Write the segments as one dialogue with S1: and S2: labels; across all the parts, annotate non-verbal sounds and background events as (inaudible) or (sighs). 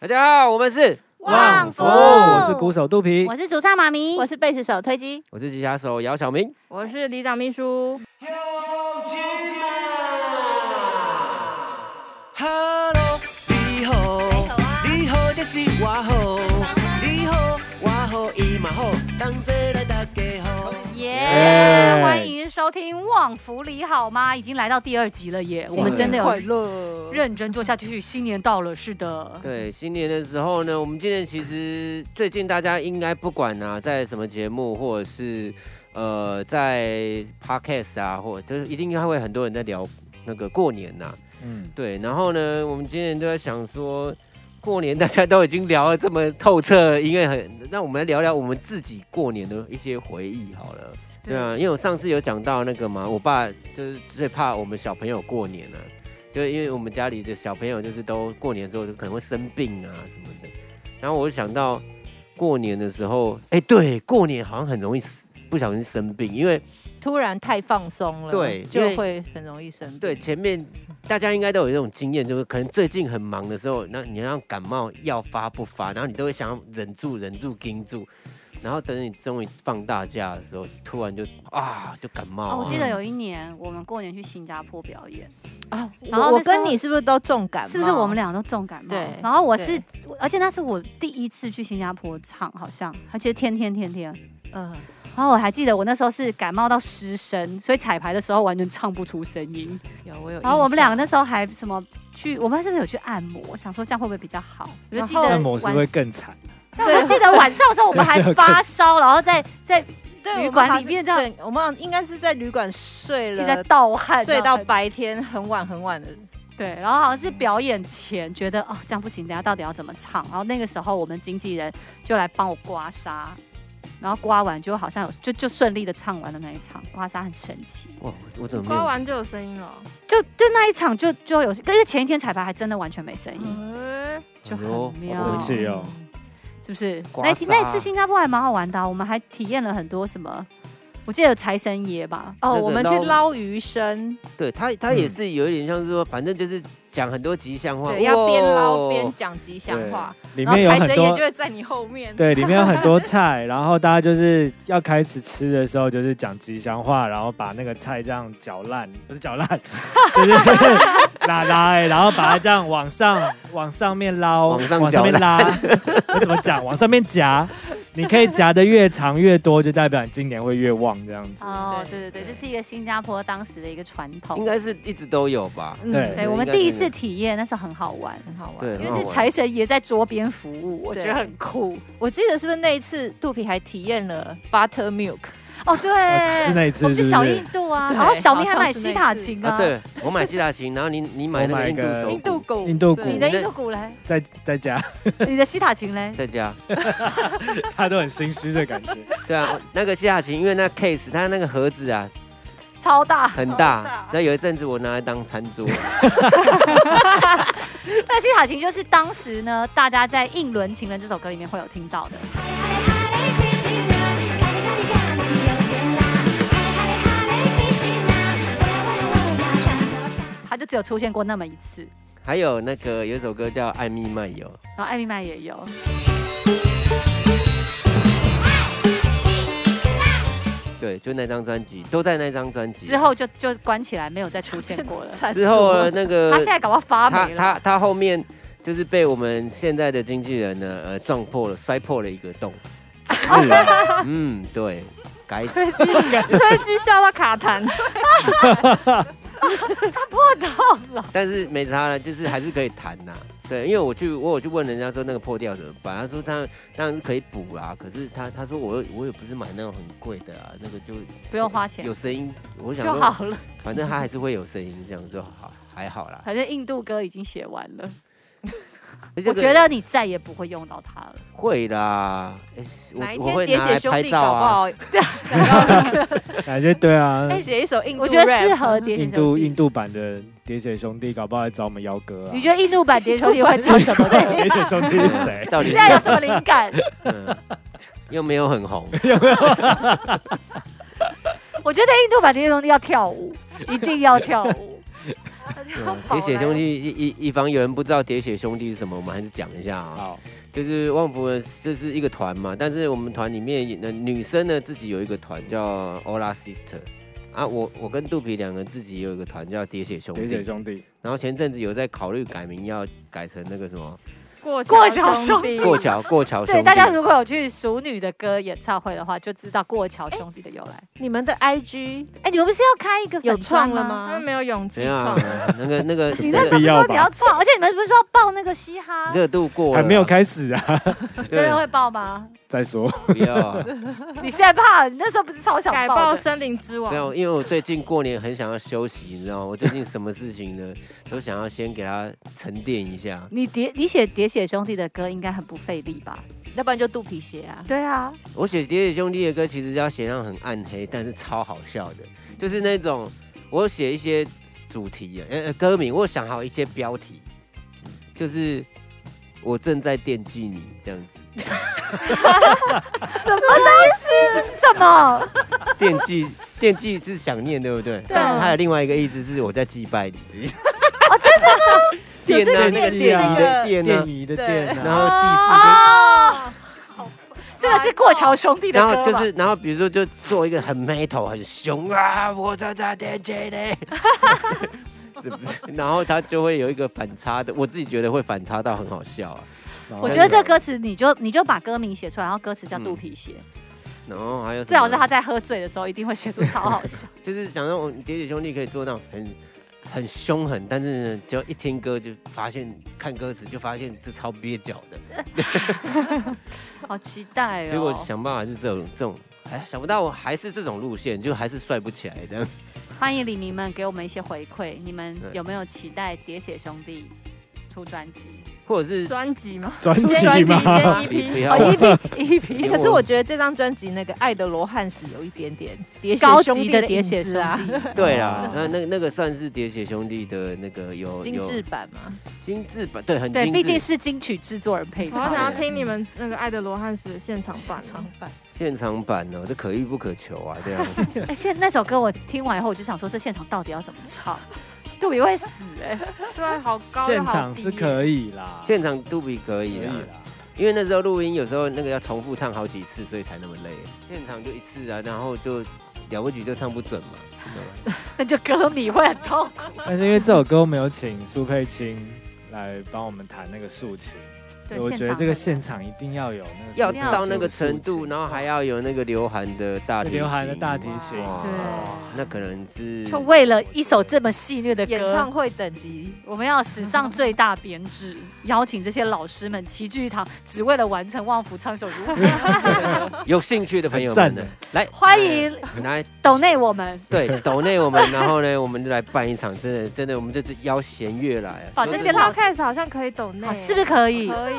S1: 大家好，我们是，
S2: 旺福
S3: 我是鼓手肚皮
S2: 我，是主唱妈咪，
S4: 我是贝斯手推机，
S1: 我是吉他手姚晓明。
S5: 我是里长秘书，
S6: Hello，你好，你好就是我好，你好我好伊嘛好，同齐来大家好。
S2: 耶！
S3: 耶
S2: 欢迎收听《旺福里好吗》，已经来到第二集了耶，我们真的
S4: 快
S2: 有
S4: 乐，
S2: 认真做下去，新年到了，是的，
S1: 对，新年的时候呢，我们今年其实最近大家应该不管啊，在什么节目或者是呃在 podcast 啊，或者就是一定还会很多人在聊那个过年呐、
S3: 嗯，
S1: 对，然后呢，我们今年都在想说，过年大家都已经聊得这么透彻，因为很，那我们来聊聊我们自己过年的一些回忆好了。对啊，因为我上次有讲到那个嘛，我爸就是最怕我们小朋友过年啊，就是因为我们家里的小朋友就是都过年之后就可能会生病啊什么的，然后我就想到过年的时候，哎，对，过年好像很容易死不小心生病，因为
S4: 突然太放松了，
S1: 对因为
S4: 就会很容易生病。
S1: 对，前面大家应该都有这种经验，就是可能最近很忙的时候，那你让感冒要发不发，然后你都会想要忍住、忍住、盯住，然后等你终于放大假的时候，突然就啊就感冒、
S2: 哦，
S1: 啊。
S2: 我记得有一年我们过年去新加坡表演，
S4: 啊，
S2: 然后
S4: 我我
S2: 那时候
S4: 跟你是不是都重感冒？
S2: 是不是我们俩都重感冒？
S4: 对
S2: 然后我是，而且那是我第一次去新加坡唱，好像，而且天天天天。
S4: 嗯，
S2: 然后我还记得我那时候是感冒到失声，所以彩排的时候完全唱不出声音。
S4: 有我有印象。
S2: 然后我们两个那时候还什么去，我们是不是有去按摩？想说这样会不会比较好？我就记得
S4: 然后
S3: 按
S4: 按
S3: 摩
S2: 晚
S3: 是会更惨，
S2: 但我就记得晚上的时候我们还发烧，然后在在
S4: 对
S2: 旅
S4: 我们
S2: 馆
S4: 好
S2: 里
S4: 像
S2: 面这样
S4: 整，我们好像应该是在旅馆睡
S2: 一直在
S4: 了，
S2: 盗汗，
S4: 睡到
S2: 然后
S4: 白天很晚很晚的。
S2: 对，然后好像是表演前觉得哦这样不行，等一下到底要怎么唱？然后那个时候我们经纪人就来帮我刮痧，然后刮完就好像有就就顺利的唱完了那一场，刮痧很神奇，
S1: 哇，我怎么没
S5: 刮
S1: 有？
S5: 完就有声音了。
S2: 就就那一场就就有，因为前一天彩排还真的完全没声音，
S5: 嗯，
S2: 就很
S1: 哎呦
S2: 妙
S1: 好
S3: 生
S1: 神奇
S3: 气哦，
S2: 是不是？
S1: 刮
S2: 那一天那一次
S1: 痧
S2: 新加坡还蛮好玩的啊、我们还体验了很多什么，我记得有财神爷吧，
S4: 哦，
S1: 那个
S4: 我们去
S1: 捞
S4: 捞鱼生，
S1: 对他，他也
S3: 嗯
S1: 是有一点像是说，反正就是讲很多吉祥话，
S4: 对，要边捞
S1: 哇
S4: 边讲吉祥话，
S3: 里
S4: 然后
S3: 面有
S4: 财
S3: 很
S4: 神爷
S3: 多
S4: 就，会在你后面。
S3: 对，里面有很多菜，然后大家就是要开始吃的时候，就是讲吉祥话，然后把那个菜这样搅烂，不是搅烂，就是 (laughs) 拉拉、欸，然后把它这样往上往上面捞，
S1: 往上
S3: 面
S1: 搅
S3: 拉， (laughs) 我怎么讲？往上面夹，你可以夹的越长越多，就代表你今年会越旺这样子。
S2: 哦，
S4: 对
S2: 对对对，
S4: 对
S2: 这是一个新加坡当时的一个传
S1: 应
S2: 统。
S1: 该是一直都有吧。
S4: 嗯
S3: 对
S2: 对，我们
S1: 应该
S2: 第一
S1: 是
S2: 次体验，那时候很好玩，
S4: 很好玩。
S1: 对很
S2: 因
S1: 好
S2: 为是
S1: 玩
S2: 财神爷在桌边服务，我觉得
S4: 对
S2: 很酷。
S4: 我记得是不是那一次肚皮还体验了 butter milk？
S2: (laughs) 哦，对，
S4: 嗯
S3: 是啊那一次
S2: 我们去
S3: 是不
S2: 小
S3: 是
S2: 印度啊，
S4: 对
S2: 然后小明
S4: 好
S2: 还
S4: 像
S2: 买
S4: 是
S2: 西
S4: 那一
S2: 塔
S4: 次
S2: 琴
S1: 啊，
S2: 啊，
S1: 对，我买吉他琴，然后你你买那
S3: 我
S1: 个
S3: 买
S1: 印度
S3: 个
S1: 手
S3: 印
S1: 鼓，
S4: 狗
S3: 印度鼓
S2: 你
S4: 对
S2: 的
S1: 那
S2: 印度鼓嘞，
S3: 在在夹， (laughs)
S2: 你的西塔琴嘞，
S1: 在家。
S3: 他都很心虚的感觉。 (laughs)
S1: 对啊，那个西塔琴，因为那 case 它那个盒子啊
S2: 超大。 (laughs)
S1: 很
S4: 好
S1: 大
S4: 大，
S1: 那有一阵子我拿来当餐桌，
S2: 那西塔琴就是当时呢，大家在《印轮情人》这首歌里面会有听到的。它就只有出现过那么一次，
S1: 还有那个有一首歌叫《艾米漫游》，
S2: 然后艾米麦也有，
S1: 对，就那张专辑，都在那张专辑
S2: 之。后就就关起来，没有再出现过
S4: (laughs)
S2: 了。
S1: 之
S5: (laughs)
S1: 后呢那
S2: 他
S1: 个
S2: 现在搞到发
S1: 他
S2: 霉了，
S1: 呃他他后面就是被我们现在的经纪人呢，呃，撞破了，摔破了一个
S4: (laughs)
S1: 洞。
S4: 哦
S1: 嗯，对，该
S4: (laughs)
S1: 死。
S5: 飞机笑到卡痰。
S2: 到了。
S1: 但是没差了，就是还是可以弹呐、对，因为我去我有去问人家说那个破掉怎么办，他说他当然是可以补啦、可是他他说我又我也不是买那种很贵的啊，那个就
S2: 不用花钱
S1: 有声音，我想
S2: 就
S1: 说
S2: 好了。 (laughs)
S1: 反正它还是会有声音，这样就好还好啦。
S2: 反正印度歌已经写完了，
S1: 而且
S2: 我觉得你再也不会用到它了。
S1: 会啦，诶
S4: 哪一
S1: 我我
S4: 天
S1: 会拿
S4: 喋
S1: 来
S4: 血兄
S1: 拍
S4: 弟
S1: 照
S4: 搞不
S1: 啊。
S4: 好哎
S3: 感觉对啊，
S4: 写一首印度 rap，
S2: 我觉得适合碟
S3: 印
S2: 仙
S3: 度
S2: 兄
S3: 印
S2: 弟。
S3: 度版的喋血兄弟，搞不好来找我们姚哥啊。 (laughs)
S2: 你觉得印度版碟仙兄弟会唱什么
S3: 对
S2: 的？
S3: 喋血兄弟是
S1: (laughs)
S3: 谁？
S1: 到底
S2: 你现在有什么灵感？
S1: 嗯 (laughs) 又没有很红，
S2: 我觉得印度版碟仙兄弟要跳舞，一定要跳舞。 (laughs)
S1: 对啊铁血兄弟一一以防有人不知道铁血兄弟是什么，我们还是讲一下啊。
S3: 好，
S1: 就是旺福呢，这是一个团嘛，但是我们团里面呢，女生呢自己有一个团叫 Ola Sister。啊，我我跟肚皮两个自己有一个团叫喋血兄
S3: 铁
S1: 弟
S3: 血，兄弟，
S1: 然后前阵子有在考虑改名，要改成那个什
S2: (laughs)
S1: 么
S5: 过
S2: 过
S5: 桥
S2: 桥
S5: 兄
S2: 兄
S5: 弟，
S1: 过桥过桥兄
S2: 对，
S1: 弟。
S2: 大家如果有去熟女的歌演唱会的话，就知道过桥兄弟的由来。
S4: 你们的 IG
S2: 哎、你们不是要开一个
S4: 有
S2: 粉专
S4: 创了
S5: 他们
S4: 吗？
S5: 没有勇气
S1: 没有啊
S5: 创，，
S1: 那个那个
S2: (laughs) 你
S1: 那
S2: 那时候
S1: 个
S2: 不
S3: 必
S2: 是
S3: 要
S2: 说
S3: 吧
S2: 你要创，而且你们不是说要报那个嘻哈，
S1: 热度过了
S3: 还没有，开始啊， (laughs)
S2: 真
S1: 对
S2: 的会报吗？
S3: 再说。
S1: 不要
S2: (laughs)
S1: 啊，
S2: 你现在怕了，你那时候不是超想
S5: 改
S2: 报
S5: 报
S2: 的？
S5: 森林之王
S1: 没，有，因为我最近过年很想要休息，你知道吗？我最近什么事情呢，都想要先给它沉淀一下。
S2: 你叠你写叠写兄弟的歌应该很不费力吧？
S4: 要不然就肚皮鞋啊。
S2: 对啊，
S1: 我写《喋血兄弟》的歌，其实要写上很暗黑，但是超好笑的，就是那种我写一些主题，呃，呃歌名，我想好一些标题，就是我正在惦记你这样子，
S2: 什么东西？什
S1: (laughs)
S2: 么？
S1: 惦记 (laughs) 惦记是想念，对不对？啊
S2: 对
S1: 它有另外一个意思是我在祭拜你哦的意思。
S3: 有
S1: 哦，真
S3: 这
S1: 的
S3: 个
S1: 吗？ (laughs) 电啊，那个
S3: 意思
S1: 电
S3: 啊
S1: 你的电啊
S3: 电，仪的
S4: 对
S3: 电
S1: 然
S3: 啊，
S1: 后祭祀跟
S2: 哦，这个是过桥兄弟的
S1: 然
S2: 歌
S1: 后
S2: 吧
S1: 就是，然后比如说就做一个很 metal 很凶啊，我在大天界
S2: (laughs)
S1: 嘞，是不是？然后他就会有一个反差的，我自己觉得会反差到很好笑啊。
S3: 然后
S2: 我觉得这歌词你就你就把歌名写出来，然后歌词叫
S1: 嗯
S2: 肚皮鞋，
S1: 然后还有什么
S2: 最好是他，在喝醉的时候一定会写出超好笑。
S1: 就是想让我们喋血兄弟可以做到很很凶狠，但是呢，只要一听歌就发现看歌词就发现这超蹩脚的，
S2: (laughs) 好期待哦！
S1: 嗯结果想办法是这种这种。哎，想不到我还是这种路线，就还是帅不起来这样。
S2: 欢迎李明们给我们一些回馈，你们
S1: 对
S2: 有没有期待喋血兄弟出专辑？
S1: 或者是
S5: 专辑吗？
S3: 专
S4: 专辑
S3: 辑嘛，
S5: 先
S1: 不不
S5: EP，
S1: 要
S2: 哦，一比一
S1: 因
S2: 比
S1: 为
S4: 可是
S1: 我
S4: 我觉得这张专辑那个《爱的罗汉史》有一点点喋血
S2: 高
S4: 兄
S2: 级
S4: 弟
S2: 的
S4: 影
S2: 喋血
S4: 子
S2: 兄
S4: 啊，
S2: 弟，
S1: 对啦，那
S3: 哦
S1: 那那个算是喋血兄弟的那个有
S4: 精致
S1: 有
S4: 版嘛。
S1: 精致版，对，很精
S2: 对，
S1: 致。
S2: 毕竟是金曲制作人配
S5: 我好
S2: 唱
S5: 想
S2: 的。
S5: 要听你们那个《爱的罗汉史》现场版啊，
S4: 长版
S1: 现场版呢，这可遇不可求啊，这样。
S2: 哎，现那首歌我听完以后，我就想说，这现场到底要怎么 (laughs) 唱？肚皮会死哎！
S5: 对，好高又
S3: 现
S5: 好
S3: 场
S5: 低
S3: 是可以啦，
S1: 现场杜比可
S3: 可
S1: 以啊，
S3: 啦，
S1: 因为那时候录音有时候那个要重复唱好几次，所以才那么累。现场就一次啊，然后就了不起就唱不准嘛。对吧
S2: 那就歌迷会很痛苦。
S3: 但是因为这首歌我们有请苏佩青来帮我们弹那个竖琴，所以我觉得这个现场一定要有那个
S1: 要
S3: 竖琴
S1: 到那个程度，
S3: 竖琴
S1: 然后还要有那个刘涵的大提琴，
S3: 刘涵的大提琴，
S1: 哇
S2: 对
S1: 那可能是
S2: 就为了一首这么戏虐的歌，
S4: 演唱会等级，
S2: 我们要史上最大编 (laughs) 制，邀请这些老师们齐聚一堂，只为了完成《旺福唱首如 (laughs) 此心》
S1: 有兴趣的朋友们
S3: 很
S1: 呢
S3: 赞，
S1: 来哎
S2: 欢迎
S1: 来
S2: 抖内我们， (laughs)
S1: 对，抖内我们，然后呢，我们就来办一场，真的真的，我们就是邀弦乐来啊，
S2: 把
S1: 就
S2: 这
S1: 是
S2: 些老师
S5: Podcast 好像可以抖内
S2: 好，，是不是可以？
S5: 可以？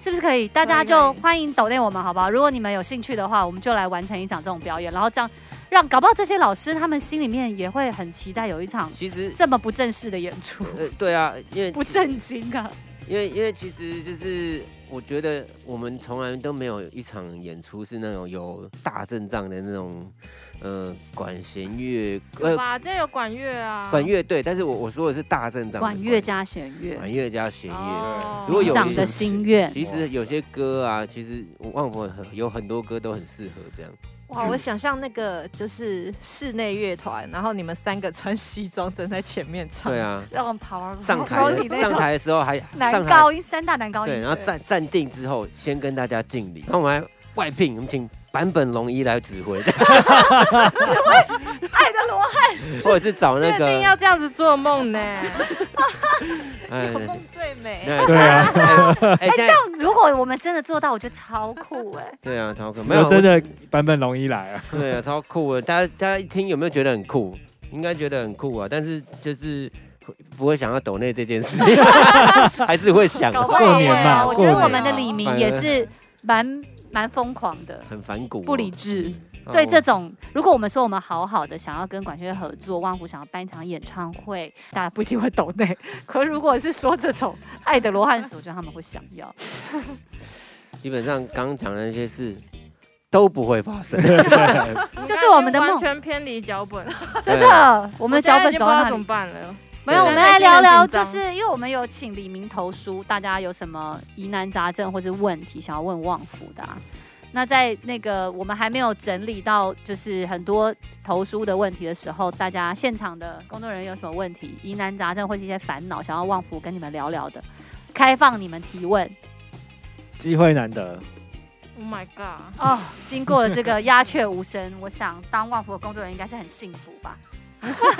S2: 是不是可以？大家
S5: 可以
S2: 就欢迎抖内我们，好不好？如果你们有兴趣的话，我们就来完成一场这种表演，然后这样让搞不好这些老师他们心里面也会很期待有一场
S1: 其实
S2: 这么不正式的演出，
S1: 呃对啊，因为
S2: 不正经啊！
S1: 因为因为其实就是我觉得我们从来都没有一场演出是那种有大阵仗的那种，呃，管弦乐
S5: 有
S1: 呃
S5: 吧，这有管乐啊，
S1: 管乐队，但是我我说的是大阵仗的
S2: 管乐加弦乐
S1: 管，乐加弦乐，
S5: 哦
S1: 如果有
S2: 长的心愿，
S1: 其实有些歌啊，其实旺福很有很多歌都很适合这样。
S4: 哇！我想象那个就是室内乐团，然后你们三个穿西装站在前面唱， (laughs)
S1: 对啊，
S2: 让我们跑
S1: 上台
S2: 跑
S1: 的
S2: 你那
S1: 上
S2: 种
S1: 台的时候还上
S2: 男
S1: 台
S2: 高音，三大男高音，
S1: 对，然后站站定之后，先跟大家敬礼，然后我们还外聘，我们请坂本龙一来指挥，
S2: 爱的罗汉，
S1: (laughs) 或者是找那
S5: 确定
S1: 个
S5: 要这样子做梦呢？
S1: 哎
S4: 有梦最美。
S1: 对
S3: 对啊，
S1: 哎哎，现在
S2: 如果我们真的做到，我觉得超酷哎、
S1: 对啊，超酷， (laughs) 没
S3: 没有
S1: 有
S3: 真，的版本容易来啊，
S1: 对啊，超酷的，大家大家一听有没有觉得很酷？应该觉得很酷啊，但是就是不会想要抖内这件事情， (laughs) 还是会想
S2: 搞不
S3: 过
S2: 好
S3: 年
S2: 会
S3: 嘛
S2: 啊！我觉得
S3: 过
S2: 我们
S5: 年
S2: 的李明也是蛮蛮疯狂的，
S1: 很反骨哦，
S2: 不理智。
S1: 啊
S2: 对
S1: 我
S2: 这种，如果我们说我们好好的想要跟管弦乐合作，万湖想要办一场演唱会，大家不一定会懂内。 (laughs) 可如果是说这种爱的罗汉史，我觉得他们会想
S5: (laughs)
S2: 要。
S1: 基本上刚讲的那些事都不会发
S3: (laughs)
S1: 生，
S5: 你
S2: 就
S5: 刚
S2: 是我们的
S5: 刚
S2: 梦
S5: 完全偏离脚本，
S1: 真
S2: 真的，我
S5: 我
S2: 们的脚
S5: 现在
S2: 本
S5: 已
S2: 走
S5: 经不知
S2: 到
S5: 道
S2: 哪
S5: 怎
S2: 里
S5: 么？办了。
S2: 没有，我
S1: 对
S2: 们来聊聊，
S5: 紧
S2: 就
S5: 张
S2: 是因为我们有请李明投书，大家有什么疑难杂症或者问题想要问旺福的、啊？那在那个我们还没有整理到就是很多投书的问题的时候，大家现场的工作人员有什么问题、疑难杂症或是一些烦恼，想要旺福跟你们聊聊的，开放你们提问
S3: 机会难得，
S5: Oh my god！
S2: 哦。 (laughs) 经过了这个鸦雀无声，我想当旺福的工作人员应该是很幸福吧。 (laughs)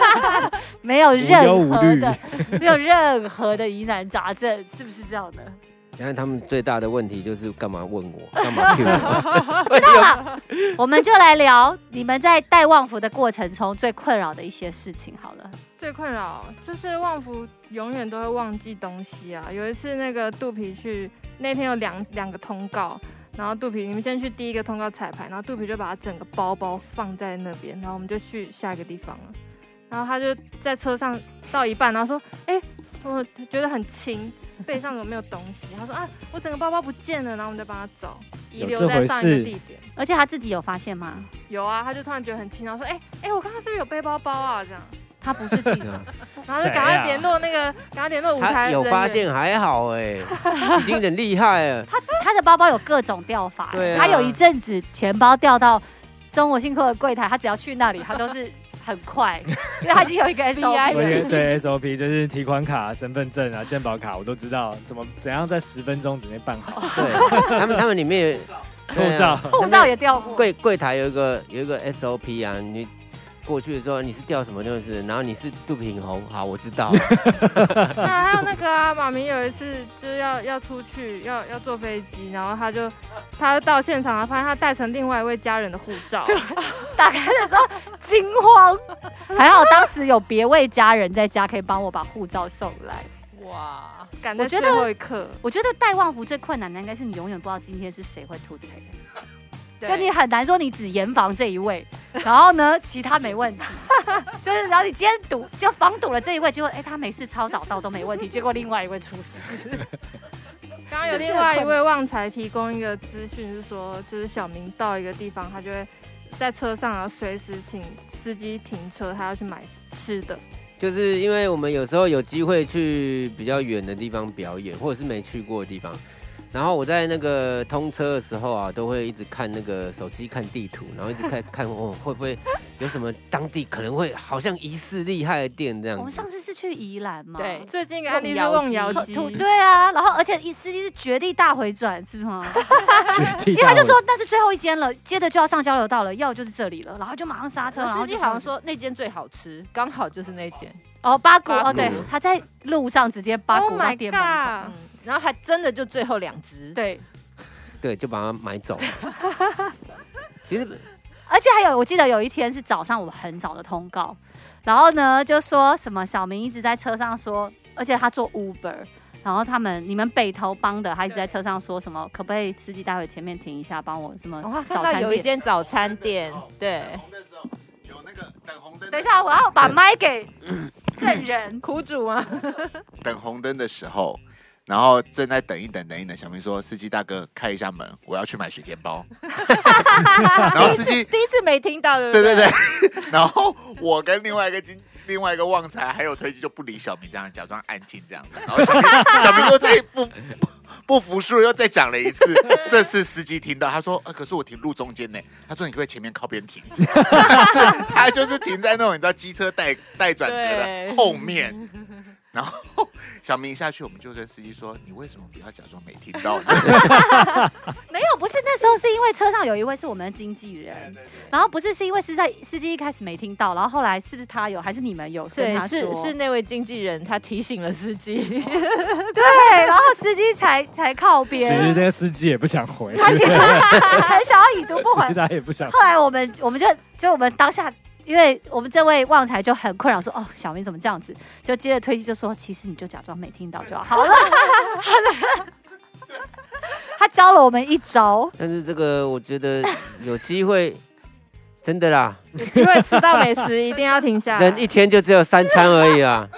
S2: 没有
S3: 无忧
S2: 任
S3: 无
S2: 何 (laughs)
S3: 虑。
S2: 的没有任何的疑难杂症，是不是这
S1: (laughs)
S2: 样的？
S1: 然后他们最大的问题就是干嘛问我，干嘛 Q 我？
S2: 我们就来聊你们在带旺福的过程中最困扰的一些事情好了。
S5: 最困扰就是旺福永远都会忘记东西啊。有一次那个肚皮去，那天有两两个通告，然后肚皮你们先去第一个通告彩排，然后肚皮就把他整个包包放在那边，然后我们就去下一个地方了。然后他就在车上到一半，然后说：“哎、我觉得很轻，背上怎么没有东西？”他说：“啊，我整个包包不见了。”然后我们就帮他找，遗
S3: 有
S5: 留
S3: 这
S5: 在
S3: 回
S5: 上一个
S3: 事
S5: 地点。
S2: 而且他自己有发现吗？
S5: 有啊，他就突然觉得很轻，然后说：“哎、哎、我刚刚是不是有背包包啊？”这样。
S2: 他不是第一，
S5: 然后就
S3: 谁
S5: 赶快
S3: 啊
S5: 联络那个，赶快联络舞
S1: 他
S5: 台
S1: 有
S5: 人
S1: 发
S5: 员，
S1: 现还好哎、已经很厉害了。
S2: 他他的包包有各种掉法、
S1: 对啊
S2: 他有一阵子钱包掉到中国信托的柜台，他只要去那里，他都是很
S1: (laughs)
S2: 快，因为他已经有一个 SOP
S3: 我
S2: 了。
S3: 也对 SOP 就是提款卡、身份证啊、健保卡，我都知道怎么怎样在十分钟之内办
S2: 哦
S3: 好。
S1: 对，他们他们里面有
S3: (laughs)
S2: 啊
S1: 啊
S3: 护照
S2: 护照也掉过，
S1: 柜柜台有一个有一个 SOP 啊，你过去的时候你是掉什么东西，然后你是杜品红，好，我知道了，
S5: 啊，还有那个啊， (laughs) 马明有一次就是要要出去，要要坐飞机，然后他就他到现场，发现他带成另外一位家人的护 (laughs) 照，
S2: 打开的时候惊慌，还好当时有别位家人在家可以帮我把护照送来。
S4: 哇，
S5: 赶
S2: 我
S5: 在
S2: 觉
S5: 最
S2: 得
S5: 后一刻。
S2: 我觉得戴望福最困难的应该是你永远不知道今天是谁会吐谁，
S4: 对
S2: 就你很难说你只严防这一位，然后呢其他没问题， (laughs) 就是然后你今天堵就防堵了这一位，结果哎、他每次超早到都没
S4: (laughs)
S2: 问题，结果另外一位出事，
S5: 刚刚有
S2: 是不是
S5: 另
S2: 很
S5: 外一
S2: 困
S5: 位旺财提供一个资讯是说，就是小明到一个地方，他就会在车上，然后随时请司机停车，他要去买吃的。
S1: 就是因为我们有时候有机会去比较远的地方表演，或者是没去过的地方。然后我在那个通车的时候啊，都会一直看那个手机看地图，然后一直看看哦会不会有什么当地可能会好像疑似厉害的店这样
S2: 我们
S1: 子
S2: 上。次是去宜兰嘛，
S4: 对嗯
S5: 最近一个案例是
S4: 瓮
S5: 瓮
S4: 窑
S5: 窑
S2: 吐
S5: 鸡，
S2: 吐对啊，然后而且一司机是绝地大回转，是吗？
S3: 决定，
S2: 因为他就说那是最后一间了，接着就要上交流道了，要就是这里了，然后就马上刹车，然后
S4: 司机
S2: 就
S4: 好像说那间最好吃，刚好就是那间，
S2: 哦八股
S4: 八股
S2: 哦对，他在路上直接八
S5: Oh
S2: 股那
S5: my
S2: 店嘛，
S5: god！
S4: 嗯，然后还真的就最后两只，，
S2: 对。
S1: 对，就把它买走了。
S5: (laughs)
S1: 其实
S2: 而且还有，我记得有一天是早上我很早的通告，然后呢就说什么小明一直在车上说，而且他做 Uber，然后他们你们北投帮的，他一直在车上说什么，可不可以司机待会前面停一下，帮我什么
S4: 然后哦看
S2: 早
S4: 到
S2: 餐
S4: 有一
S2: 店。
S4: 间早餐店，对，
S7: 红的时候有那个等红灯，
S2: 等一下，我要把麦给证人。
S4: 苦主啊，
S7: 等红灯的时候，然后正在等一等，等一等，小明说：“司机大哥，开一下门，我要去买水煎包。” (laughs) 然后司机，
S4: 第一次没听到，对不
S7: 对对对， (laughs) 然后我跟另外一个经另外一个旺财还有推机就不理小明，这样假装安静这样子，然后
S4: (laughs)
S7: 小明小明又再不。 (laughs) 不不服输，又再讲了一次。 (laughs) 这次司机听到，他说：“呃，可是我停路中间呢。”他说：“你可不可以前面靠边停？” (laughs) 但是他就是停在那种你知道机车带带转格的
S4: 对
S7: 后面，然后小明一下去，我们就跟司机说：“你为什么不要假装没听到呢？” (laughs)
S2: 没有，不是那时候是因为车上有一位是我们的经纪人，然后不是是因为是在司机一开始没听到，然后后来是不是他有还是你们有跟
S4: 对，
S2: 他说？
S4: 是是那位经纪人，他提醒了司 (laughs) 机，
S2: 对，然后司机才才靠
S3: 其
S2: 边。
S3: 实那个司机也不想回，
S2: 他
S3: (laughs)
S2: 其实很想要已读不
S3: 其实
S2: 回。
S3: 他也不想回
S2: 后。来我们我们就就我们当下，因为我们这位旺财就很困扰，说哦，小明怎么这样子？就接着推机就说，其实你就假装没听到就好好了。 (laughs) 他教了我们一招，
S1: 但是这个我觉
S5: (laughs)
S1: 得有机会，真的啦，
S5: 因为吃到美食一定要停下来。
S1: 人一天就只有三餐而已啊。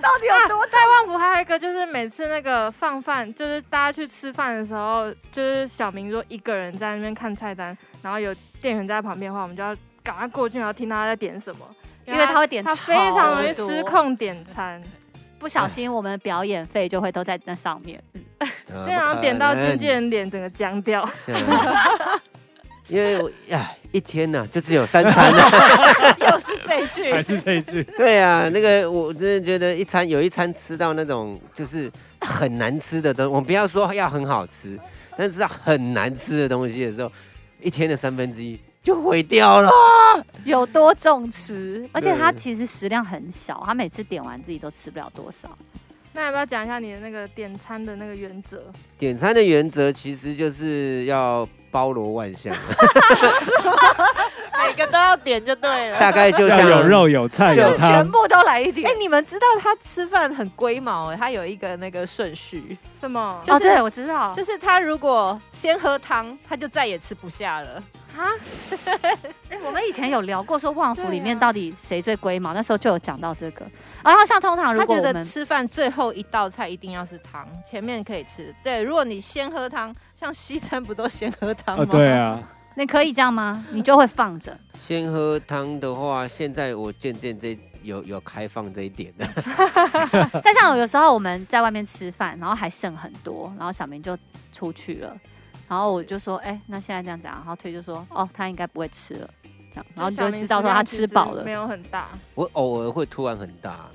S2: 到底有多大？
S5: 在旺福还有一个就是每次那个放饭，就是大家去吃饭的时候，就是小明说一个人在那边看菜单，然后有店员在旁边的话，我们就要赶快过去，然后听他在点什么。
S2: 因为他会点
S5: 他
S2: 超
S5: 非常容易
S2: 多
S5: 失控点餐，
S2: 不小心我们表演费就会都在那上面。
S1: 这
S5: (laughs) 这样点到经纪人脸整个僵掉。
S1: 因为我呀，一天呢、就只有三餐、
S5: (laughs)
S1: 啊。
S4: 又是这一句
S3: 还，是这一句，
S1: 对啊，那个我真的觉得一餐有一餐吃到那种就是很难吃的东西，我不要说要很好吃，但是很难吃的东西的时候，一天的三分之一就毁掉了。
S2: 有多重吃，而且
S1: 对
S2: 他其实食量很小，他每次点完自己都吃不了多少。
S5: 那要不要讲一下你的那个点餐的那个原则？
S1: 点餐的原则其实就是要包罗万象，啊
S5: (laughs)
S4: 每个都要点就 (laughs) 对了。
S1: 大概就像
S3: 要有肉有菜
S1: 就
S3: 有
S2: 就全
S3: 汤，
S2: 部都来一点
S4: 哎、。你们知道他吃饭很龟毛、欸，他有一个那个顺序，
S5: 什么？
S4: 就是
S2: 哦，对，我知道，
S4: 就是他如果先喝汤，他就再也吃不下了。
S5: 啊？
S2: 我们以前有聊过说旺福里
S4: 对
S2: 面
S4: 啊
S2: 到底谁最龟毛，那时候就有讲到这个。然后像通常如
S4: 他
S2: 果
S4: 觉
S2: 我
S4: 得
S2: 们
S4: 吃饭最后一道菜一定要是汤，前面可以吃。对，如果你先喝汤，像西餐不都先
S2: (laughs)
S4: 喝汤吗？
S3: 哦对，啊，
S2: 你可以这样吗？你就会放
S3: (laughs)
S2: 着，
S1: 先喝汤的话，现在我渐渐这有有开放这一点了。
S2: 但像有时候我们在外面吃饭，然后还剩很多，然后小明就出去了，然后我就说，哎、那现在这样子啊，然后推就说，哦，他应该不会吃了，这样，然后你就
S5: 小
S2: 会
S5: 明
S2: 知道说
S5: 食量
S2: 他
S5: 其
S2: 吃
S5: 实
S2: 饱了
S5: 没。有很大。
S1: 我偶尔会突然很大，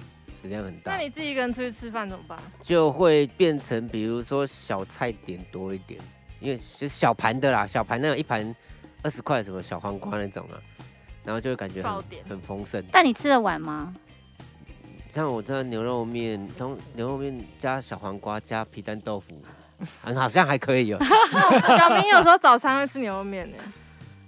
S1: 食量很
S5: 那
S1: 大，
S5: 你自己一个人出去吃饭怎么办？
S1: 就会变成比如说小菜点多一点，因为就小盘的啦，小盘那种一盘二十块什么小黄瓜那种啊，然后就会感觉
S5: 爆
S1: 很
S5: 点
S1: 很丰盛。
S2: 但你吃得完吗？
S1: 像我这牛肉面，通牛肉面加小黄瓜加皮蛋豆腐，很好像还可以哦。
S5: (laughs) 小明有时候早餐会吃牛肉面呢。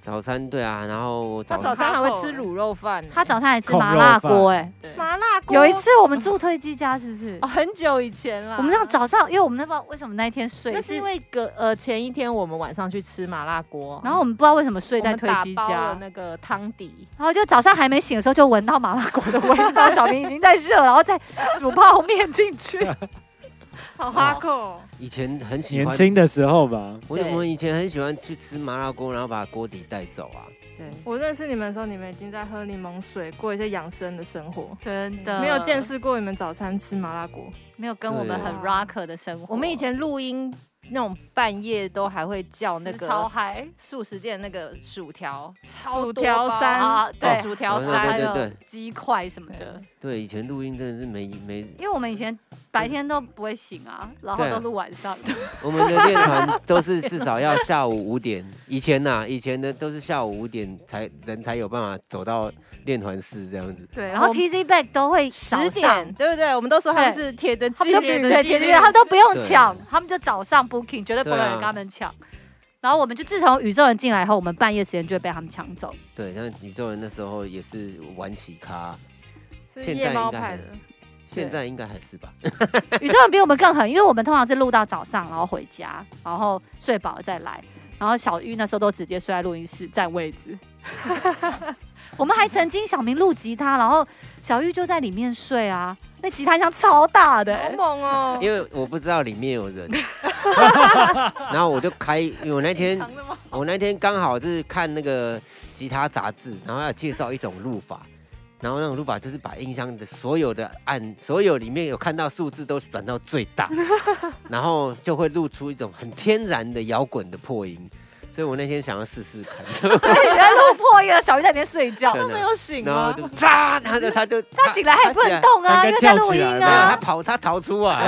S1: 早餐对啊，然后我
S4: 他
S1: 早
S4: 早
S1: 上
S4: 餐还会吃卤肉饭欸、
S2: 他早上还吃
S3: 控
S2: 麻
S3: 肉
S2: 辣
S3: 饭
S2: 锅，哎，
S4: 对
S5: 麻辣锅
S2: 有一次我们住推机家，是不是
S4: 哦，？很久以前啦。
S2: 我们这样早上，因为我们那不知道为什么那一天睡，
S4: 那是因为隔呃前一天我们晚上去吃麻辣锅，
S2: 哦然后我们不知道为什么睡
S4: 我
S2: 在
S4: 们
S2: 推
S4: 打
S2: 机
S4: 包
S2: 家
S4: 了，那个汤底，
S2: 然后就早上还没醒的时候就闻到麻辣锅的味道，小明已经在热，然后再煮泡面进 (laughs) 去。
S5: 好
S2: 哦
S5: 哈口，
S1: 以前很喜
S3: 年
S1: 欢，
S3: 轻的时候吧，
S1: 我
S4: 对
S1: 我以前很喜欢去吃麻辣锅，然后把锅底带走啊。
S4: 对，
S5: 我认识你们的时候，你们已经在喝柠檬水，过一些养生的生活。
S2: 真
S4: 的
S5: 没有见，识过你们早餐吃麻辣锅，
S2: 没有跟我们很
S4: 对
S2: rock 的生活。
S4: 我们以前录音那种半夜都还会叫那
S2: 吃超
S4: 个
S2: 嗨，
S4: 素食店那个薯条，
S5: 薯
S4: 超多
S5: 条
S4: 包
S5: 三
S2: 啊
S4: 对，
S2: 对
S4: 薯条
S1: 对
S4: 三
S2: 还有
S1: 对
S2: 鸡块什么的，
S1: 对，以前录音真的是没 (laughs) 没，
S2: 因为我们以前白天都不会醒啊，然后
S1: 对
S2: 都录晚上。
S1: 我们的练团都是至少要下午五点，以前呐、以前的都是下午五点才人才有办法走到练团室这样子。
S2: 对，然后
S4: 我
S2: TZ Back 都会早
S4: 十
S2: 上
S4: 点，，对不对？我们都说他们
S2: 对
S4: 是铁的
S2: 他
S4: 纪
S2: 们都不
S4: 律
S2: 对，
S4: 纪
S2: 铁
S4: 律
S2: 律，他们都不用
S1: 对
S2: 抢，他们就早上 booking，绝对不会有
S1: 对
S2: 人
S1: 啊
S2: 跟他们抢。然后我们就自从宇宙人进来后，我们半夜时间就会被他们抢走。
S1: 对，像宇宙人那时候也是晚起咖，
S5: 是
S1: 现在
S5: 夜猫
S1: 应该
S5: 派
S1: 还
S5: 的。
S1: 现在应该还是吧？
S2: 宇宙人比我们更狠，因为我们通常是录到早上，然后回家，然后睡饱了再来。然后小玉那时候都直接睡在录音室占位置。 (laughs) 我们还曾经小明录吉他，然后小玉就在里面睡啊，那吉他箱超大的、
S5: 好
S2: 欸，
S5: 猛
S1: (laughs)
S5: 哦！
S1: 因为我不知道里面有 (laughs) 人，然后我就开，因为我那天
S4: 长的吗？
S1: 我那天刚好就是看那个吉他杂志，然后要介绍一种录法，然后那种录法就是把音箱的所有的按，所有里面有看到数字都转到最
S4: (laughs)
S1: 大，然后就会录出一种很天然的摇滚的破音。所以我那天想要试试看，
S2: 所以你在录破音了，小玉在里面睡觉，
S1: 真
S4: 哦没
S1: 的，
S4: 有醒
S1: 然后
S4: 吗？
S1: 就啪，然后就他就
S2: 他醒来还不
S1: 他起来
S2: 能动啊，
S3: 他应该
S2: 因为在录音
S3: 跳起来
S1: 没有
S3: 吧
S2: 啊
S1: 他。跑，他逃出
S4: (laughs)
S1: 啊，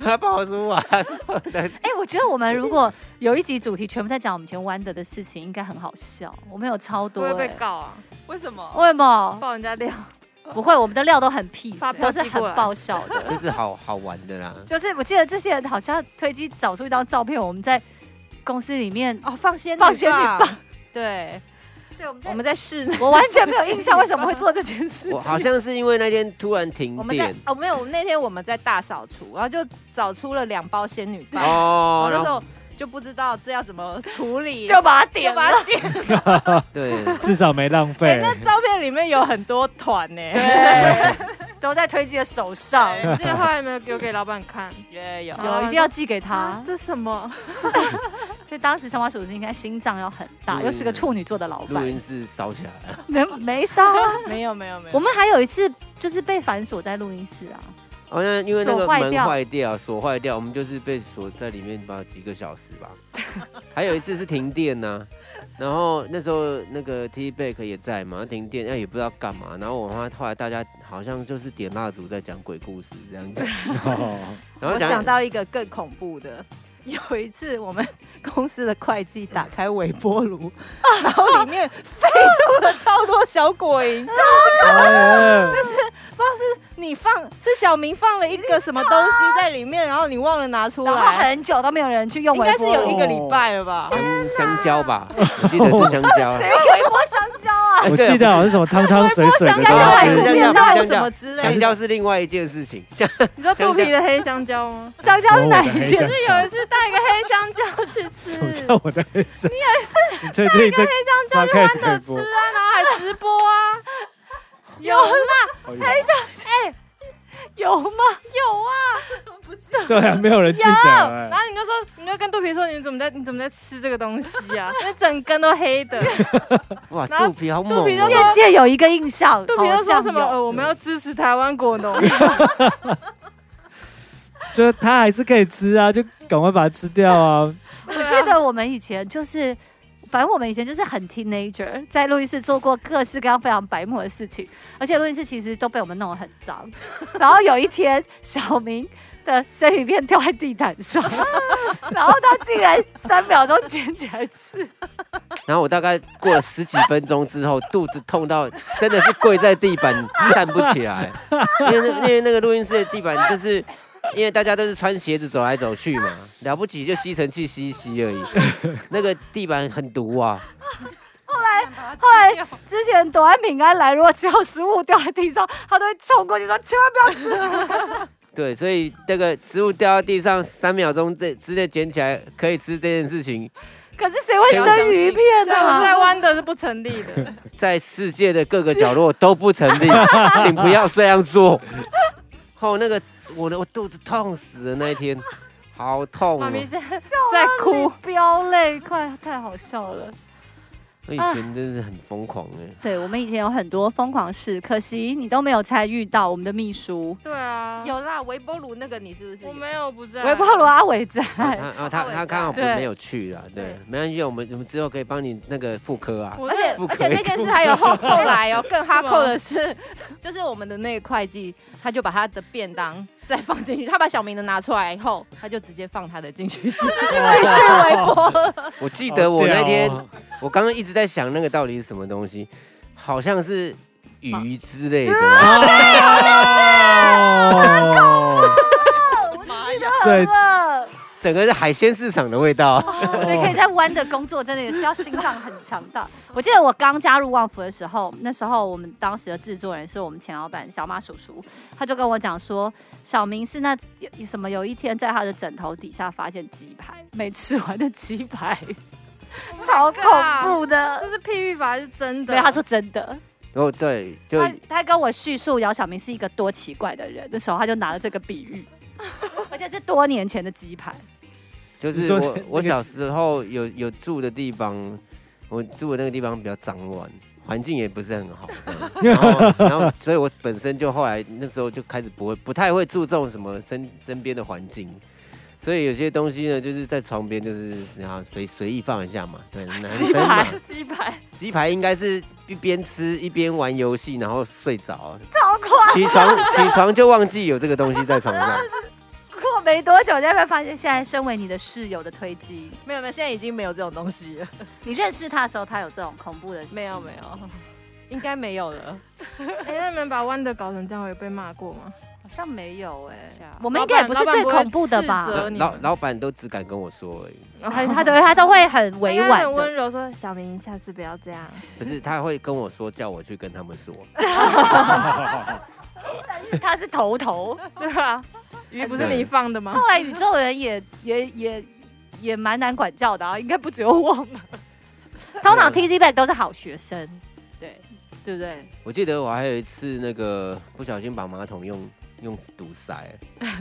S1: 他跑出啊，
S2: 哎、我觉得我们如果有一集主题全部在讲我们以前弯的的事情，应该很好笑。我们有超
S5: 不
S2: 多、
S5: 会
S2: 欸，
S5: 被告啊，
S4: 为什么？
S2: 为什么？
S5: 爆人家料。
S2: 不会，我们的料都很 peace，
S5: 发
S2: 都
S5: 票
S2: 是
S5: 寄过来
S2: 很爆笑的。
S1: 就是好好玩的啦。
S2: 就是我记得之前好像推机找出一张照片，我们在公司里面，
S4: 哦，放仙
S2: 放仙女
S4: 棒，对，
S2: 对，我们在
S4: 我们在室内，
S2: (laughs) 我完全没有印象为什么会做这件事
S1: 我好
S2: 情。
S1: 像是因为那天突然停
S4: 我们在
S1: 电
S4: 哦没有，我们那天我们在大扫除，然后就找出了两包仙女棒，然
S1: 哦
S4: 后，那
S1: 然
S4: 时
S1: 后
S4: 候就不知道这要怎么处理，
S2: 就把它
S4: 就
S2: 点
S4: 把
S2: 了，
S4: 它点。 (laughs)
S1: 对，
S3: 至少没浪
S4: 哎
S3: 费
S4: 那。照片里面有很多团呢，
S2: 对都在推机的手上，
S5: 那个后来有没有给我给老板看？
S4: 也 (laughs) 有
S2: 有一定要寄给他
S5: 啊，。这什么？
S2: 所以当时小马属性应该心脏要很大，
S1: 嗯
S2: 又是个处女座的老
S1: 录
S2: 板，
S1: 音室烧起来了，
S2: 没没杀啊。
S4: 没有没有没有，
S2: 我们还有一次就是被反锁在录音室啊，
S1: 好像因为哦那个
S2: 锁坏
S1: 门
S2: 掉
S1: 坏掉，锁坏掉，我们就是被锁在里面吧几个小时吧。还有一次是停电呐、然后那时候那个 T Back 也在嘛，停电，哎那也不知道干嘛。然后我妈后来大家好像就是点蜡烛在讲鬼故事这样子，
S2: (laughs)
S3: 哦
S1: 然后
S4: 我
S1: 讲
S4: 想到一个更恐怖的。 (laughs) 有一次，我们公司的会计打开微波 (laughs) 炉，然后里面飞出了超多小鬼，你知道
S3: 哎
S4: 你放是小明放了一个什么东西在里面，然后你忘了拿出
S2: 然后
S4: 来，
S2: 很久都没有人去用
S4: 应
S2: 微
S4: 该是
S2: 波炉，
S4: 有一个礼拜了吧？
S1: 香香蕉吧，我记得是香蕉。啊 (laughs)
S2: 谁用微波哦 (laughs) 香蕉啊？
S1: 哎
S3: 我
S1: 对
S3: 记得好像是什么汤汤水水的
S2: 香蕉还
S3: 东
S2: 是
S3: 西，
S1: 啊香蕉
S4: 还
S1: 香
S4: 是
S1: 蕉
S4: 什么之类
S1: 香
S4: 的？
S1: 蕉是另外一件事情， (laughs) 香
S5: 你知道肚皮的黑香蕉吗？
S2: 香蕉是哪一
S3: 所有
S2: 件
S3: 的？
S5: 就是有一次带一个黑香蕉去吃，
S3: (laughs) 什么叫
S2: (laughs)
S3: 我的黑香？你确定这 podcast 可以播？
S5: 啊，然后还直播啊，有啦，
S3: 黑
S2: 哎有吗？
S5: 有啊，
S3: (laughs) 对啊，没有人记得哎
S5: 然。后你就说，你就跟肚皮说，你怎么在，你怎么在吃这个东西啊？ (laughs) 因为整根都黑的，
S1: 哇，
S5: 然后
S1: 肚皮好猛
S5: 肚皮就
S1: 哦
S5: 说
S2: 渐渐有一个印象，
S5: 肚皮就
S2: 好
S5: 说
S2: 像
S5: 什么，
S2: 有
S5: 呃，我们要支持台湾果农，
S3: 就是它还是可以吃啊，就赶快把它吃掉啊！
S2: 我记得我们以前就是，反正我们以前就是很 teenager，在录音室做过各式各样非常白目的事情，而且录音室其实都被我们弄得很脏。然后有一天，小明的生鱼片掉在地毯上，然后他竟然三秒钟捡起来吃，
S1: 然后我大概过了十几分钟之后，肚子痛到真的是跪在地板站不起来，因为那因为那个录音室的地板就是。因为大家都是穿鞋子走来走去嘛，了不起就吸尘器吸一吸而已。那个地板很毒啊，
S2: 后来之前躲在平安来，如果只要食物掉在地上，他都会冲过去说千万不要 (laughs) 吃。
S1: 对，所以那个食物掉到地上三秒钟这之内捡起来可以吃这件事情，
S2: 可是谁会生鱼片
S5: 对，我们
S2: 啊？
S5: 在湾的是不成立的。
S1: 在世界的各个角落都不成立，请不要这样做。哦，那个我的我肚子痛死了那一天，好痛
S5: 妈
S1: 哦！
S5: 咪现在在哭，
S2: 啊飙泪，快太好笑了。
S3: 啊
S1: 我以前真是很疯狂
S3: (laughs)
S1: 哎，
S2: 对我们以前有很多疯狂事，可惜你都没有参与到。我们的秘书
S5: 对啊，
S4: 有啦，微波炉那个你是不是有？
S5: 我没有不在，
S2: 微波炉阿伟在，
S3: 哎
S1: 啊他啊他
S4: 我也
S1: 他
S4: 在
S1: 刚好不
S2: 对
S1: 没有去啦，对
S4: 对，
S1: 没关系，我们我们之后可以帮你那个妇科啊，
S5: 我
S4: 而
S5: 是
S4: 且
S1: 不可
S4: 而
S1: 以
S4: 且那件事还有后后来 (laughs) 哦，更哈扣的是，就是我们的那个会计，他就把他的便当再放进去，他把小明的拿出来以后，他就直接放他的进去吃，继续微波了。
S1: 我记得我那天
S3: 好屌哦
S1: 我刚刚一直在想那个到底是什么东西，好像是鱼之类的吧，
S3: 哦，这
S2: 了，
S1: 整个是海鲜市场的味道，
S2: 所以可以在湾的工作真的也是要心脏很强大。我记得我刚加入旺福的时候，那时候我们当时的制作人是我们前老板小马叔叔，他就跟我讲说，小明是那有什么有一天在他的枕头底下发现鸡排，没吃完的鸡排，超恐怖的。 (laughs)
S5: 这是譬喻法还是真的？
S2: 对，他啊说真的，
S1: 哦对，就
S2: 他他跟我叙述姚晓明是一个多奇怪的人的时候，他就拿了这个比喻， (laughs) 而且是多年前的鸡排，
S1: 就
S3: 你
S1: 是
S3: 说
S1: 我
S3: 那
S1: 我
S3: 个
S1: 小
S3: 鸡
S1: 时候有有住的地方，我住的那个地方比较脏乱，环境也不是很好，这
S3: (laughs)
S1: 样然后然后所以我本身就后来那时候就开始不会不太会注重什么身身边的环境。所以有些东西呢，就是在床边，就是然后随随意放一下嘛。对，男生
S2: 鸡
S1: 嘛
S2: 排， (laughs) 鸡排
S1: 鸡排应该是一边吃一边玩游戏，然后睡着，
S2: 超快，
S1: 起床起床就忘记有这个东西在床
S2: (laughs)
S1: 上。
S2: 过没多久，你会发现现在身为你的室友的推机，
S4: 没有没有，现在已经没有这种东西了，
S2: 你认识他的时候，他有这种恐怖的，
S4: 没有没有，应该没有了。
S5: 哎，那你们把弯的搞成这样，我有被骂过吗？
S2: 好像没有哎、
S4: 是啊
S2: 我们应该也不是最恐怖的吧
S5: 老板？老板不会斥责你
S1: 老老板都只敢跟我说而已，
S2: 他他都会他都会很委 (laughs)
S5: 他应该
S2: 婉
S5: 很温
S2: 的，
S5: 柔说：“小明，下次不要这样。
S1: 可是他会跟我说，叫我去跟他们说。
S2: 他是头头。”
S5: 对啊，鱼不是你放的 (laughs) 吗？
S2: 后来宇宙人也 (laughs) 也也也蛮难管 (laughs) 教的啊，应该不只有我们。通常 T Z back 都是好学生，
S4: 对，
S2: 对不对？
S1: 我记得我还有一次那个不小心把马桶用用堵塞，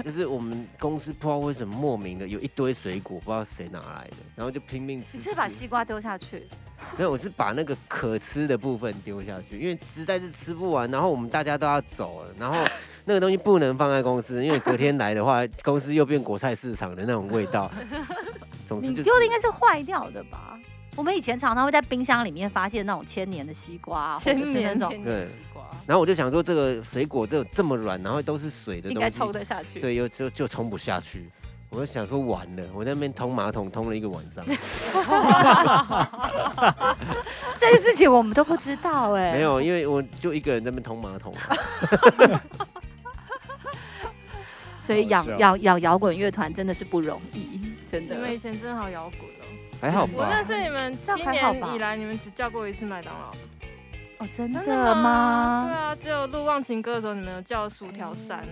S1: 就是我们公司不知道为什么莫名的有一堆水果，不知道谁拿来的，然后就拼命吃。
S2: 你是把西瓜丢下去，
S1: 所以我是把那个可吃的部分丢下去，因为实在是吃不完。然后我们大家都要走了，然后那个东西不能放在公司，因为隔天来的话，公司又变果菜市场的那种味道。总之
S2: 你
S1: 就是
S2: 丢的应该是坏掉的吧？我们以前常常会在冰箱里面发现那种千年的西瓜啊，或者是 (laughs) 那种
S1: 对
S4: 西瓜，
S1: 然后我就想说，这个水果这这么软，然后都是水的
S2: 应
S1: 东
S2: 该
S1: 西，
S2: 抽得下去。
S1: 对，又就就冲不下去。我就想说完了，我在那边通马桶通了一个晚
S4: (laughs)
S1: 上，
S2: 这件事情我们都不知道哎、
S1: 没有，因为我就一个人在那边通马桶。
S2: 所以养
S3: 好笑
S2: 养养摇滚乐团真的是不容易，真
S5: 你
S2: 的。
S5: 们以前真好摇滚哦。
S1: 还好
S5: 我
S1: 吧？
S5: 认识你们七
S2: 这样还好吧
S5: 年以来，你们只叫过一次麦当劳。
S2: 哦，真的
S5: 对
S2: 吗？
S5: 啊，只有录《忘情歌》的时候，你们有叫薯条山。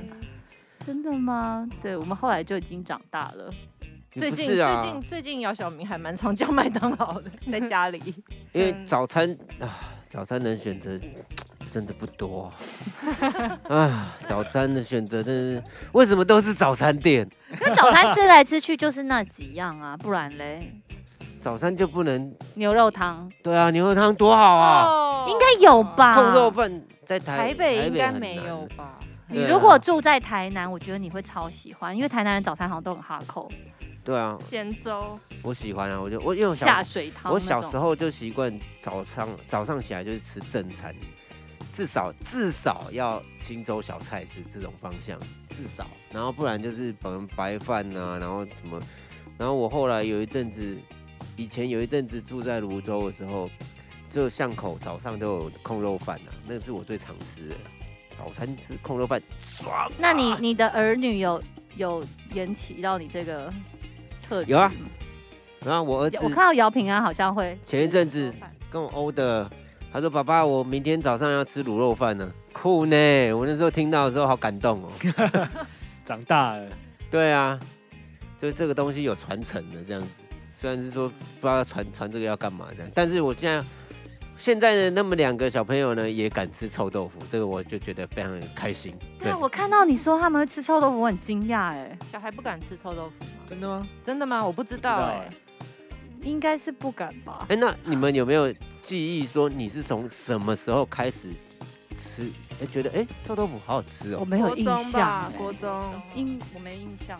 S2: 真的吗？对我们后来就已经长大了，
S1: 也
S4: 最
S1: 不
S4: 近
S1: 是
S4: 最
S1: 啊
S4: 近最近姚晓明还蛮常叫麦当劳的，在家里。
S1: 因为早餐 (sighs) 啊，早餐能选择真的不
S4: (laughs)
S1: 多啊，早餐的选择真是为什么都是早餐店？
S2: 那早餐吃来吃去就是那几样啊，不然嘞，
S1: 早餐就不能
S2: 牛肉汤
S1: 对啊，牛肉汤多好啊，
S5: 哦
S2: 应该有吧？
S1: 控肉饭在台
S4: 台北应该
S1: 很
S4: 没
S1: 难
S4: 有吧？
S2: 你
S1: 对啊
S2: 如果住在台南，我觉得你会超喜欢，因为台南人早餐好像都很哈口，
S1: 对啊，
S5: 咸粥，
S1: 我喜欢啊，我就我因为我小
S2: 下水汤
S1: 我
S2: 那
S1: 小时
S2: 种。
S1: 候就习惯早上早上起来就是吃正餐，至少至少要青州小菜这这种方向，至少，然后不然就是可能白饭啊，然后什么，然后我后来有一阵子，以前有一阵子住在泸州的时候，就巷口早上都有控肉饭啊，那个是我最常吃的，早餐吃控肉饭爽啊、
S2: 那你你的儿女有有延期到你这个特质
S1: 有啊
S2: 吗
S1: 然后我儿子
S2: 有我看到姚平安好像会
S1: 前一阵子跟我欧的，他说：“爸爸，我明天早上要吃卤肉饭呢、酷呢！我那时候听到的时候好感动哦。 (laughs)
S3: 长大了，
S1: 对啊，就这个东西有传承的这样子，虽然是说不知道传传这个要干嘛这样，但是我现在现在的那么两个小朋友呢，也敢吃臭豆腐，这个我就觉得非常开心。
S2: 对啊，我看到你说他们会吃臭豆腐，我很惊讶哎，
S4: 小孩不敢吃臭豆腐吗？
S3: 真的吗？
S4: 真的吗？我不知道
S3: 不知道
S4: 哎
S3: 哎。
S2: 应该是不敢吧？
S1: 哎，那你们有没有记忆说你是从什么时候开始吃？哎，觉得哎臭豆腐好好吃
S2: 我
S1: 哦。
S2: 没有
S5: 国
S2: 印
S5: 中
S2: 象
S5: 吧
S2: 哎，，
S5: 国中。
S2: 印我没印象，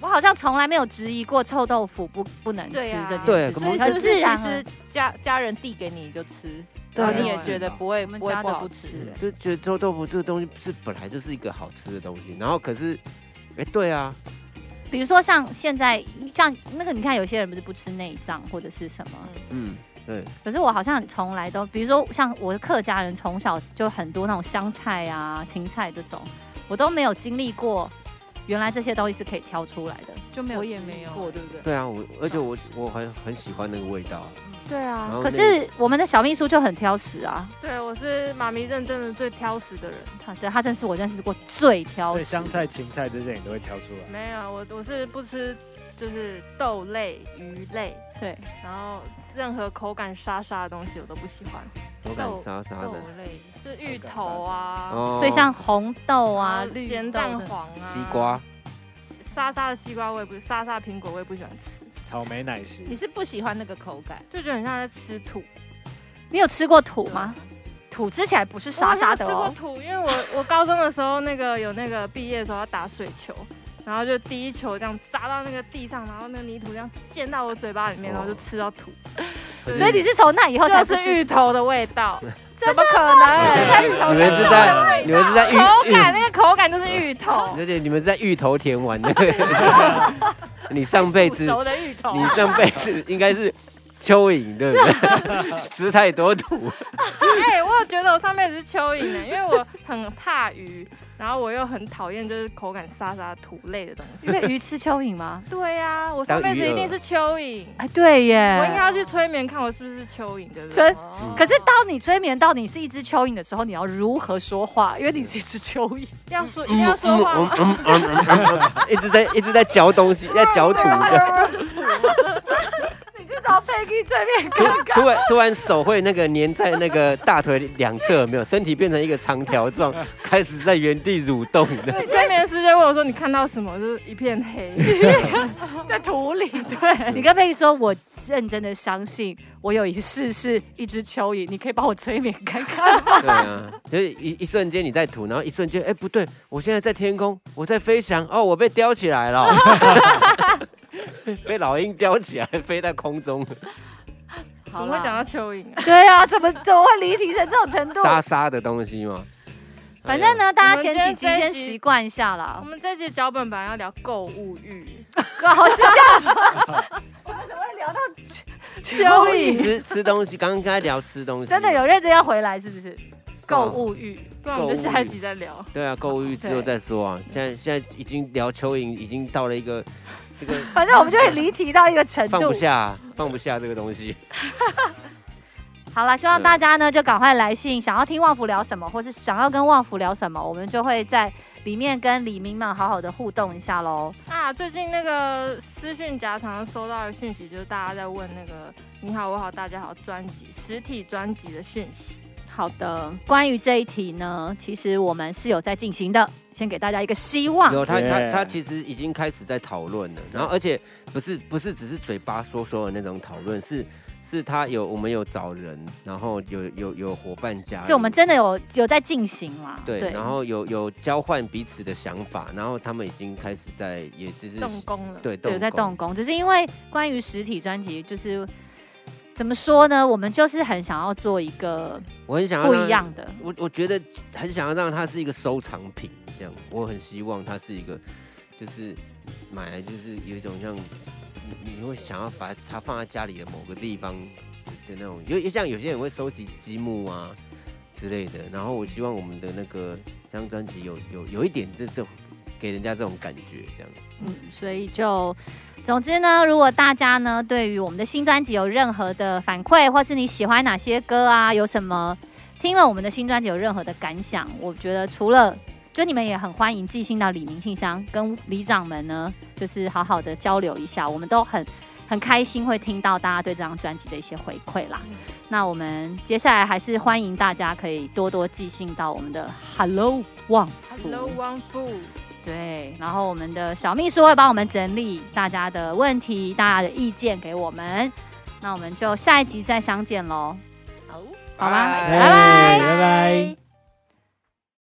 S2: 我好像从来没有质疑过臭豆腐不不能吃
S5: 对啊
S2: 这件事。
S1: 对
S4: 所以
S2: 很
S4: 是不是
S2: 自然
S4: 其实家家人递给你就吃，
S1: 对
S4: 然后你
S2: 对
S4: 也觉得不会
S2: 我们
S4: 不会
S2: 家
S4: 不
S2: 的
S4: 好
S2: 不
S4: 吃？
S2: 吃哎
S1: 就觉得臭豆腐这个东西是本来就是一个好吃的东西，然后可是，哎、对啊，
S2: 比如说像现在像那个，你看有些人不是不吃内脏或者是什么，
S1: 嗯，对，
S2: 可是我好像从来都，比如说像我的客家人，从小就很多那种香菜啊、芹菜这种，我都没有经历过，原来这些东西是可以挑出来的，就没有
S4: 我也
S2: 经历
S4: 没有
S2: 过，对不对？
S1: 对啊，我而且我我很很喜欢那个味道啊，
S2: 对
S1: 然
S2: 啊
S1: 后
S2: 可是我们的小秘书就很挑食啊，
S5: 对，我是妈咪认证的最挑食的人。
S2: 他对他真是我认识过最挑
S3: 所以
S2: 食
S3: 香。菜、芹菜这些你都会挑出来。
S5: 没有，我我是不吃就是豆类、鱼类，
S2: 对，
S5: 然后任何口感沙沙的东西我都不喜欢，
S1: 口感沙沙
S4: 豆
S1: 的，
S4: 类，
S5: 就是芋头啊，
S1: 哦
S2: 所以像红豆
S5: 哇，
S2: 啊、绿
S5: 咸
S2: 豆
S5: 蛋
S2: 这
S5: 黄啊，
S1: 西瓜，
S5: 沙沙的西瓜我也不，沙沙的苹果我也不喜欢吃，
S3: 草莓奶昔，
S4: 你是不喜欢那个口感？
S5: 就觉得很像在吃土。
S2: 你有吃过土吗？土吃起来不是沙沙的
S5: 我好
S2: 哦
S5: 像，吃过土，因为我我 (laughs) 高中的时候那个有那个毕业的时候要打水球，然后就第一球这样砸到那个地上，然后那个泥土这样溅到我嘴巴里面，然后就吃到土。
S1: 很
S2: 所以你是从那以哦后才不
S5: 就是
S2: 吃
S5: 芋头的味道，
S4: 怎么可能？
S5: 才是
S1: 你们是在你们是在芋
S5: 口感
S1: 芋，
S5: 那个口感就是芋头，
S1: 而且你们是在芋头田玩的，你上辈子
S5: 熟的芋头。
S1: 你上辈子应该是蚯蚓对不对？ (laughs) 吃太多土，
S5: (laughs) 哎，我有觉得我上辈子是蚯蚓呢，因为我很怕鱼，然后我又很讨厌就是口感沙沙土类的东西。
S2: 因为鱼吃蚯蚓吗？
S5: 对呀、我
S1: 当
S5: 上辈
S1: 鱼
S5: 子一定
S1: 饵
S5: 是蚯蚓。
S2: 哎，对耶，
S5: 我应该要去催眠，看我是不是蚯蚓，对不对？
S2: 真
S4: 哦
S2: 可是当你催眠到你是一只蚯蚓的时候，你要如何说话？因为你是一只蚯蚓，
S5: 要说一定要说话吗？
S1: 嗯 (laughs) 嗯嗯 (laughs) 嗯嗯嗯一直在一直在嚼东西，在嚼土的。
S5: (laughs)
S2: 你就朝 Peggy 正面看，
S1: (laughs) 突突然突然手会那个粘在那个大腿两侧，有没有身体变成一个长条状，开始在原地蠕动的。
S5: 催眠师就问我说：“你看到什么？”就是一片黑。 (laughs)
S2: 在土里。对你跟 Peggy 说，我认真的相信我有一世是一只蚯蚓，你可以帮我催眠看看。
S1: 对啊，就是一一瞬间你在吐，然后一瞬间，哎、不对，我现在在天空，我在飞翔，哦，我被叼起来了， (laughs) 被老鹰叼起来飞在空中，
S5: 怎么会讲到蚯蚓啊？
S2: 对啊，怎么怎么会离题成这种程度？
S1: 沙沙的东西嘛。
S2: 反正呢，大家前几集
S5: 我们今天这
S2: 先
S5: 一集
S2: 习惯一下啦
S5: 我。们这节脚本本来要聊购物欲，
S2: (laughs) 好，是这样。
S1: 哎呀， (laughs)
S5: 蚯蚓，
S1: 吃吃东西，刚刚在聊吃东西，
S2: 真的有认真要回来是不是？购
S5: 嗯
S2: 物欲，
S5: 不然我们就下一集再聊。
S1: 对啊，购物欲之后再说啊。现在现在已经聊蚯蚓，已经到了一个这个
S2: 反正我们就会离题到一个程
S1: 放不
S2: 度。
S1: 下、放不下这个东西。
S2: 好了，希望大家呢就赶快来信，想要听旺福聊什么，或是想要跟旺福聊什么，我们就会在里面跟李明们好好的互动一下喽。
S5: 啊，最近那个私讯夹常常收到的讯息，就是大家在问那个“你好，我好，大家好”专辑实体专辑的讯息。
S2: 好的，关于这一题呢，其实我们是有在进行的，先给大家一个希望。
S1: 有他他
S3: Yeah
S1: 他其实已经开始在讨论了，然后而且不是不是只是嘴巴说说的那种讨论，是是他有我们有找人，然后有有有伙伴加入，
S2: 是我们真的有有在进行啦。
S1: 对，然后有有交换彼此的想法，然后他们已经开始在也就是
S5: 动工了，
S1: 对
S2: 对有在
S1: 工
S2: 动工，只是因为关于实体专辑，就是怎么说呢，我们就是很想要做一个
S1: 我很想要
S2: 不
S1: 让
S2: 一样的。
S1: 我我觉得很想要让它是一个收藏品，这样，我很希望它是一个，就是买来就是有一种像你你会想要把它放在家里的某个地方的那种，因为像有些人会收集积木啊之类的，然后我希望我们的那个这张专辑有有有一点这这给人家这种感觉，这样。
S2: 嗯，所以就。总之呢，如果大家呢对于我们的新专辑有任何的反馈，或是你喜欢哪些歌啊，有什么听了我们的新专辑有任何的感想，我觉得除了就你们也很欢迎寄信到李明信箱，跟里长们呢就是好好的交流一下，我们都很很开心会听到大家对这张专辑的一些回馈啦。那我们接下来还是欢迎大家可以多多寄信到我们的 Hello 旺福。
S5: Hello, Wang Fu。
S2: 对，然后我们的小秘书会帮我们整理大家的问题、大家的意见给我们。那我们就下一集再相见喽，好吗？
S1: 拜
S2: 拜拜
S3: 哎拜拜。